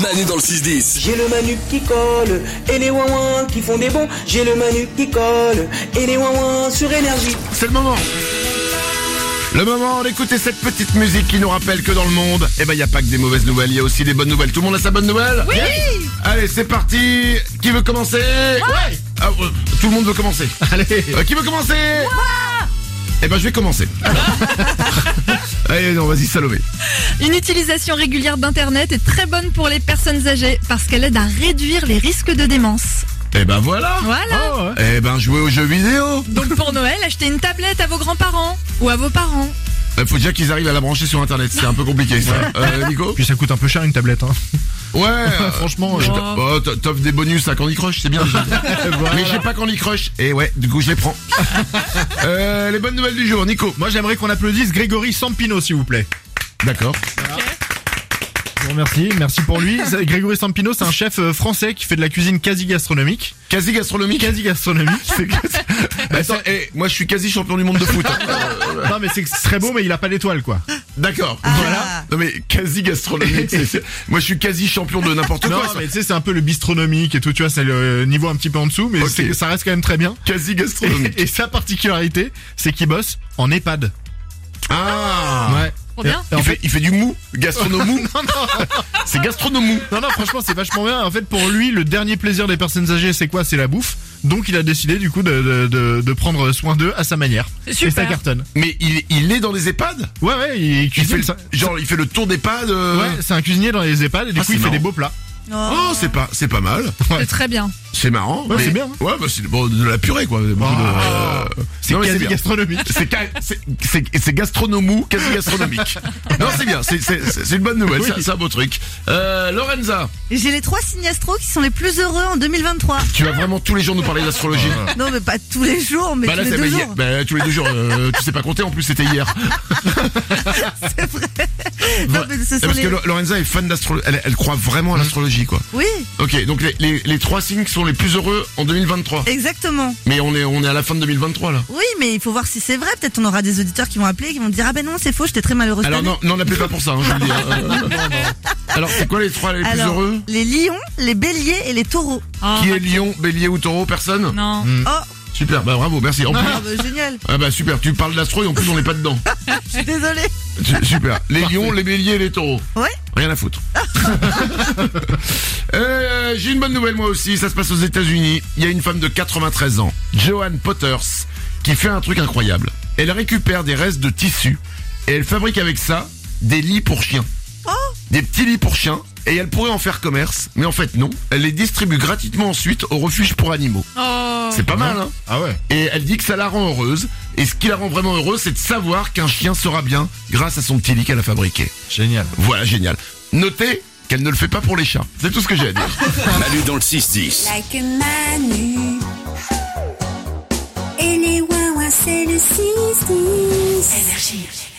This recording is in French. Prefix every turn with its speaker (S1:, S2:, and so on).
S1: Manu dans le 6-10.
S2: J'ai le Manu qui colle et les Wawan qui font des bons. J'ai le Manu qui colle et les Wawan sur énergie.
S3: C'est le moment. Le moment d'écouter cette petite musique qui nous rappelle que dans le monde, eh ben, il n'y a pas que des mauvaises nouvelles, il y a aussi des bonnes nouvelles. Tout le monde a sa bonne nouvelle Oui Allez, c'est parti Qui veut commencer Ouais Ah, euh, Tout le monde veut commencer. Allez Euh, Qui veut commencer Eh ben, je vais commencer. Allez, non, vas-y, Salomé.
S4: Une utilisation régulière d'Internet est très bonne pour les personnes âgées parce qu'elle aide à réduire les risques de démence.
S3: Eh ben, voilà
S4: Voilà
S3: Eh ben, jouer aux jeux vidéo
S4: Donc pour Noël, achetez une tablette à vos grands-parents ou à vos parents.
S3: Il faut déjà qu'ils arrivent à la brancher sur Internet, c'est un peu compliqué, ça. Euh, Nico
S5: Puis ça coûte un peu cher une tablette. Hein.
S3: Ouais euh,
S5: Franchement, euh,
S3: Je t- oh, t- t'offres des bonus à Candy Crush, c'est bien. Mais j'ai pas Candy Crush. Et ouais, du coup, je les prends. Euh, les bonnes nouvelles du jour, Nico.
S5: moi j'aimerais qu'on applaudisse Grégory Sampino s'il vous plaît.
S3: D'accord.
S5: Je vous remercie, merci pour lui. C'est- Grégory Sampino, c'est un chef euh, français qui fait de la cuisine quasi gastronomique.
S3: Quasi gastronomique.
S5: Quasi gastronomique. c'est
S3: Attends, eh, moi, je suis quasi champion du monde de foot. hein. Euh,
S5: Non mais c'est que c'est très beau mais il a pas d'étoile quoi.
S3: D'accord.
S5: Ah.
S3: Voilà. Non mais quasi gastronomique. c'est- c'est- Moi, je suis quasi champion de n'importe
S5: Non
S3: quoi. ça.
S5: mais tu sais c'est un peu le bistronomique et tout tu vois c'est le niveau un petit peu en dessous mais
S3: Ok.
S5: c'est- ça reste quand même très bien.
S3: Quasi gastronomique.
S5: Et, et sa particularité c'est qu'il bosse en EHPAD.
S3: Ah.
S5: Ouais.
S4: Trop bien.
S5: Et en
S3: Il
S5: fait,
S3: fait, il fait du mou, gastronomou. C'est gastronomou.
S5: Non, non, franchement, c'est vachement bien. En fait, pour lui, le dernier plaisir des personnes âgées, c'est quoi C'est la bouffe. Donc, il a décidé, du coup, de, de, de, de prendre soin d'eux à sa manière.
S4: C'est super.
S5: Et ça cartonne.
S3: Mais il, il est dans les EHPAD.
S5: Ouais, ouais, il
S3: Il fait
S5: cuisine.
S3: le-
S5: ça.
S3: genre, il fait le tour d'EHPAD. euh,
S5: Ouais, c'est un cuisinier dans les EHPAD et du
S3: Ah,
S5: coup, il
S3: c'est
S5: fait des
S3: marrant.
S5: beaux plats.
S3: Oh, c'est pas, c'est pas mal.
S4: C'est très bien.
S3: C'est marrant.
S5: Ouais,
S3: mais-
S5: c'est bien.
S3: Ouais, bah, c'est bon, de la purée, quoi. Beaucoup
S5: Ah.
S3: de-
S5: C'est
S3: Non, mais
S5: quasi
S3: bien.
S5: gastronomique.
S3: C'est ca- c'est- c'est- c'est gastronomou, quasi gastronomique. non, c'est bien, c'est- c'est c'est une bonne nouvelle,
S5: Oui.
S3: c'est- c'est un beau truc. Euh, Lorenza,
S6: J'ai les trois signes astro qui sont les plus heureux en 2023.
S3: tu vas vraiment tous les jours nous parler d'astrologie.
S5: Ah.
S6: Non, mais pas tous les jours, mais
S3: Bah là,
S6: tous les
S3: c'est-
S6: deux
S3: bah,
S6: jours.
S3: hier- bah, tous les deux jours, euh, tu sais pas compter, en plus c'était hier.
S6: Non, mais ce sont
S3: bah, Eh, Parce
S6: les-
S3: que Lo- Lorenza est fan d'astrologie, elle, elle croit vraiment à
S5: Mmh.
S3: l'astrologie quoi.
S6: Oui,
S3: Ok, donc les, les, les trois signes qui sont les plus heureux en 2023.
S6: exactement.
S3: Mais on est, on est à la fin de 2023 là.
S6: Oui, mais il faut voir si c'est vrai. Peut-être on aura des auditeurs qui vont appeler et qui vont dire Ah ben non, c'est faux, j'étais très malheureuse.
S3: Alors non, n'en appelez pas pour ça, hein, je vous le dis. hein. Euh, Alors c'est quoi les trois les plus
S6: Alors,
S3: heureux
S6: les lions, les béliers et les taureaux.
S4: Oh,
S3: Qui est lion, bélier ou taureau Personne
S4: Non.
S6: Oh,
S3: Super, bah bravo, merci. En plus,
S6: ah bah, génial,
S3: ah bah super, tu parles d'astro et en plus on n'est pas dedans.
S6: je suis désolée.
S3: Tu- Super. Les lions, les béliers et les taureaux.
S6: Ouais.
S3: Rien à foutre. Euh, J'ai une bonne nouvelle moi aussi, ça se passe aux États-Unis. Il y a une femme de 93 ans, Joanne Potters, qui fait un truc incroyable. Elle récupère des restes de tissu et elle fabrique avec ça des lits pour chiens. Des petits lits pour chiens. Et elle pourrait en faire commerce, mais en fait non. Elle les distribue gratuitement ensuite au refuge pour animaux.
S4: Oh.
S3: C'est pas mal, hein
S5: Ah ouais.
S3: et elle dit que ça la rend heureuse. Et ce qui la rend vraiment heureuse, c'est de savoir qu'un chien sera bien grâce à son petit lit qu'elle a fabriqué.
S5: Génial.
S3: Voilà, génial. Notez qu'elle ne le fait pas pour les chats. C'est tout ce que j'ai à dire.
S1: Manu dans le 6-10.
S7: Like a Manu. Et les Wawa, c'est le 6-10. Énergie.